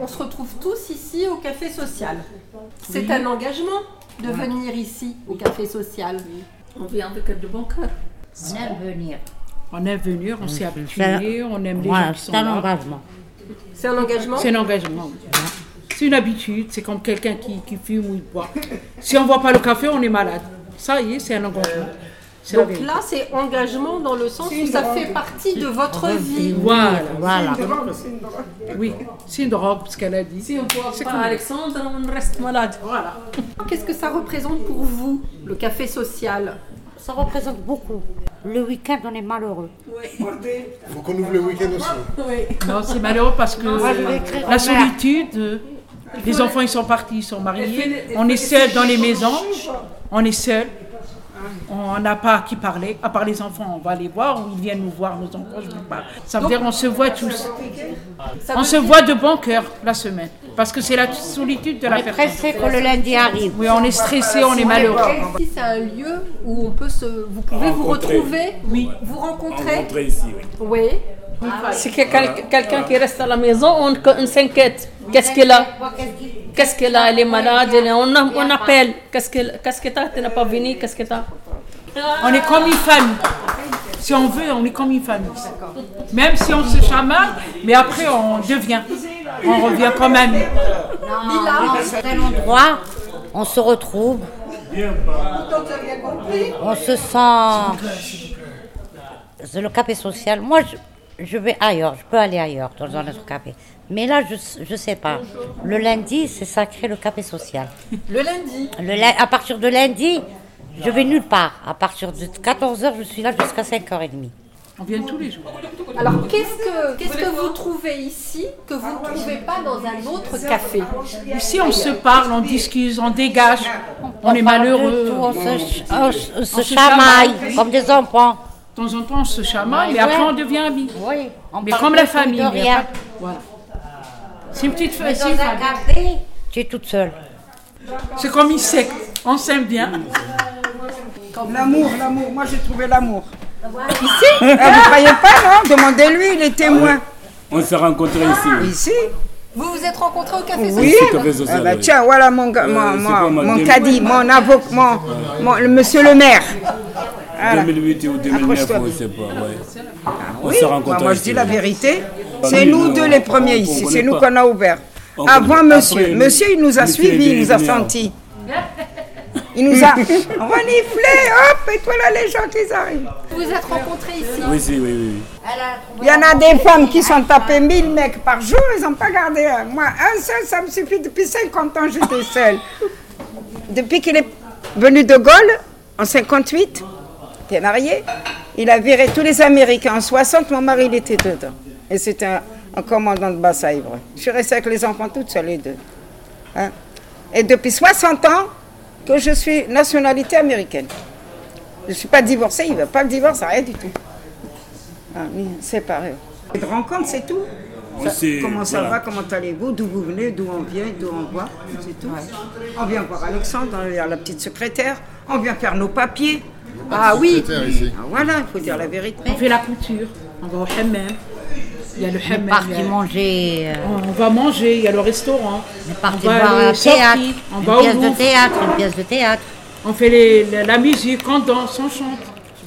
on se retrouve tous ici au Café Social. C'est un engagement de venir ici au Café Social. On vient avec de bon cœur. On aime venir. On aime venir, on s'est Mhm. C'est- appuyé, Ben, on aime les gens Voilà, qui sont c'est un là. engagement. C'est un engagement C'est un engagement. C'est une habitude, c'est comme quelqu'un qui, qui fume ou il boit. Si on ne boit pas le café, on est malade. Ça y est, c'est un engagement. C'est la Euh, Donc vérité. là, c'est engagement dans le sens C'est où une ça drogue. fait partie de votre vie. Voilà, Voilà. C'est une drogue, c'est une drogue. oui, c'est une drogue, ce qu'elle a dit. Si on ne boit C'est pas comme- Alexandre, on reste malade. Voilà. Qu'est-ce que ça représente pour vous, le Café Social Ça représente beaucoup. Le week-end, on est malheureux. Faut qu'on ouvre le week-end aussi. Non, c'est malheureux parce que je vais écrire la en mer. solitude, euh, les enfants ils sont partis, ils sont mariés, fait- elle on fait est des seul séries dans les sur maisons, on est seul, on n'a pas à qui parler, à part les enfants, on va les voir ou ils viennent nous voir, nos enfants, je vous parle. Ça veut dire on se voit tous, bah, on se voit de bon cœur la semaine, parce que c'est la solitude de la personne. Pressé que le lundi arrive. Oui, on est stressé, on est malheureux. Ici, c'est un lieu où on peut se, vous pouvez vous Rencontrer. retrouver, Oui. vous rencontrer. rencontrer ici, oui. Oui. Si quelqu'un quelqu'un qui reste à la maison, on, on s'inquiète. Qu'est-ce qu'elle a Qu'est-ce qu'elle a Elle est malade. elle est- on, a- on appelle. Qu'est-ce qu'elle- qu'est-ce que t'as Tu n'as pas venu Qu'est-ce que t'as On est comme une famille. Si on veut, on est comme une famille. Même si on se chamaille, mais après on devient. On revient comme amis. Ah, C'est un endroit, on se retrouve. On se sent. C'est le café social. Moi, je, je vais ailleurs, je peux aller ailleurs dans un autre café. Mais là, je ne sais pas. Le lundi, c'est sacré le café social. Le lundi. Le lin- à partir de lundi, je vais nulle part. À partir de 14h, je suis là jusqu'à 5h30. On vient tous les jours. Alors, qu'est-ce que, qu'est-ce que vous trouvez ici que vous ne trouvez pas dans un autre café Si on se parle, on discute, on dégage, on est Tout, malheureux. on se, ch- on se- on se se chamaille chamaille. comme des enfants. De temps en temps, on se chamaille, mais après on devient amis. Oui, on Mais parle comme de la tout, famille. De il y a rien. pas- Voilà. C'est une petite fa- Mais c'est une dans un famille. café, tu es toute seule. C'est comme une secte. On s'aime bien. L'amour, l'amour. Moi, j'ai trouvé l'amour. Ici Ah, Vous ne croyez pas, non Demandez-lui, il est témoin. Ah, On s'est rencontrés ici. oui. Ici Vous vous êtes rencontrés au Café Oui. Social Au café social, Ah bah, oui. Tiens, voilà mon, gars- Euh, mon, c'est mon- quoi, mon madame caddie, mon avocat, mon, mon- le monsieur le maire. Voilà. 2008 ou 2009, Approche-toi. Ah, on ne sait pas. ouais. On Oui, Bah, s'est moi, rencontrés moi, je ici. dis la vérité. Bah C'est oui, nous nous, deux on- les premiers on- on ici. connaît C'est nous pas. qu'on a ouvert. On Avant connaît. monsieur. Après, monsieur, il nous a monsieur suivis, il est nous a venu, hein. sentis. Il nous a reniflés, hop, et voilà les gens qui arrivent. Vous vous êtes rencontrés ici Oui, si, oui, oui. oui. Il y en a des femmes qui sont tapées 1000 mecs par jour, ils n'ont pas gardé un. Moi, un seul, ça me suffit. Depuis 50 ans, j'étais seule. Depuis qu'il est venu de Gaulle, en 58, il est marié, il a viré tous les Américains. En 60, mon mari, il était dedans. Et c'était un, un commandant de Bassaïbre. Je suis restée avec les enfants toutes seules, les deux. Hein. Et depuis 60 ans que je suis nationalité américaine. Je ne suis pas divorcée, il ne veut pas le divorce, rien du tout. Ah, oui, séparés. Et de rencontre, c'est tout. On Ça- s'est- comment ça voilà. va, comment allez-vous, d'où vous venez, d'où on vient, d'où on va, c'est tout. On vient voir Alexandre, on vient voir la petite secrétaire, on vient faire nos papiers. Ah oui, secrétaire ici. Ah, voilà, il faut dire la vérité. On fait la couture. On va au hammam. Il y a le hammam. il y Parti a- manger, euh, On va manger. Il y a le restaurant. On parti va voir aller un théâtre, sortir, On une va au pièce de Louvre. théâtre, une pièce de théâtre. On fait les- la, la musique, on danse, on chante.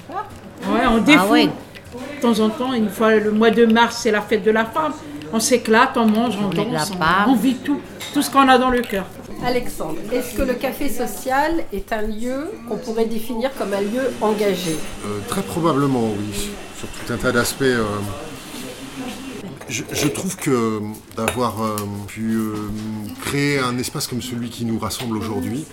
Ouais, on défoule. Ah ouais. De temps en temps, une fois le mois de mars, c'est la fête de la femme. On s'éclate, on mange, on Journée de danse, la on, femme. on vit tout, tout ce qu'on a dans le cœur. Alexandre, est-ce que le Café Social est un lieu qu'on pourrait définir comme un lieu engagé Euh, très probablement, oui, sur tout un tas d'aspects. euh, Je, je trouve que euh, d'avoir euh, pu euh, créer un espace comme celui qui nous rassemble aujourd'hui,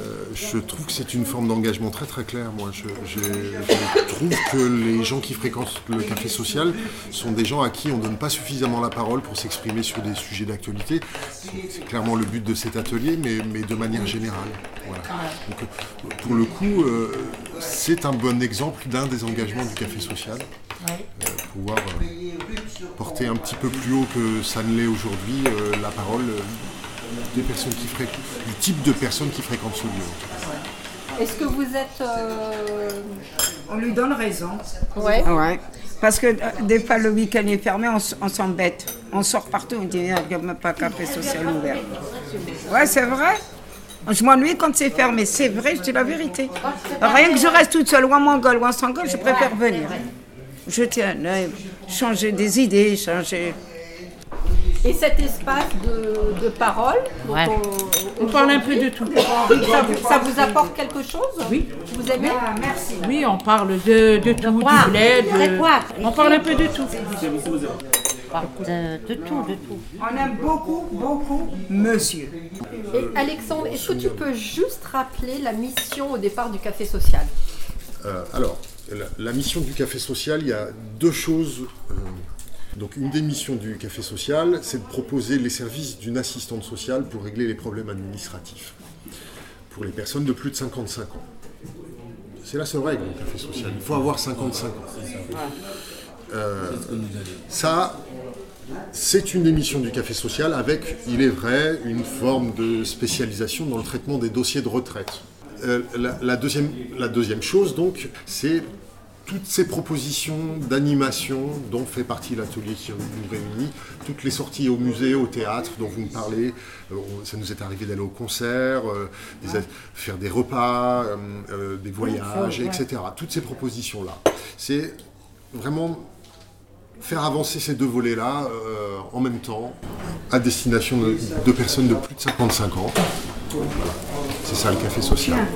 euh, je trouve que c'est une forme d'engagement très très claire. Moi, je, je- je trouve que les gens qui fréquentent le café social sont des gens à qui on ne donne pas suffisamment la parole pour s'exprimer sur des sujets d'actualité. C'est- C'est clairement le but de cet atelier, mais, mais de manière générale. Voilà. Donc, euh, pour le coup, euh, c'est un bon exemple d'un des engagements du café social. Euh, pouvoir euh, porter un petit peu plus haut que ça ne l'est aujourd'hui euh, la parole euh, des personnes qui fré- du type de personnes qui fréquentent ce lieu. Est-ce que vous êtes... euh, On lui donne raison. Ouais. Ah Ouais. Parce que euh, des fois, le week-end est fermé, on, s- on s'embête. On sort partout, on dit, ah, il n'y a même pas qu'un café social ouvert. Ouais, c'est vrai. Je m'ennuie quand c'est fermé. C'est vrai, je dis la vérité. Rien que je reste toute seule, ou en Mongole, ou en Sangol, je préfère venir. Je tiens un œil, changer des idées, changer. Et cet espace de, de parole, dont Ouais. On parle un peu de tout. ça, vous, ça vous apporte quelque chose Oui. Ah, Vous aimez Oui, on parle de, de tout, quoi du blé, de- De quoi On parle un peu de tout. De, euh, de tout, de tout. On aime beaucoup, beaucoup monsieur. Et Alexandre, est-ce que tu peux juste rappeler la mission au départ du café social Euh, alors, la, la mission du café social, il y a deux choses. euh, donc, une des missions du café social, c'est de proposer les services d'une assistante sociale pour régler les problèmes administratifs pour les personnes de plus de 55 ans. C'est la seule règle au café social. Il faut avoir 55 ans. Euh, ça, c'est une émission du Café Social avec, il est vrai, une forme de spécialisation dans le traitement des dossiers de retraite. Euh, la, la deuxième, la deuxième chose, donc, c'est toutes ces propositions d'animation dont fait partie l'atelier qui nous réunit, toutes les sorties au musée, au théâtre dont vous me parlez, Euh, on- ça nous est arrivé d'aller au concert, euh, des a- faire des repas, euh, euh, des voyages, etc. Toutes ces propositions-là. C'est vraiment faire avancer ces deux volets-là euh, en même temps à destination de, de personnes de plus de 55 ans. Voilà. C'est ça le café social.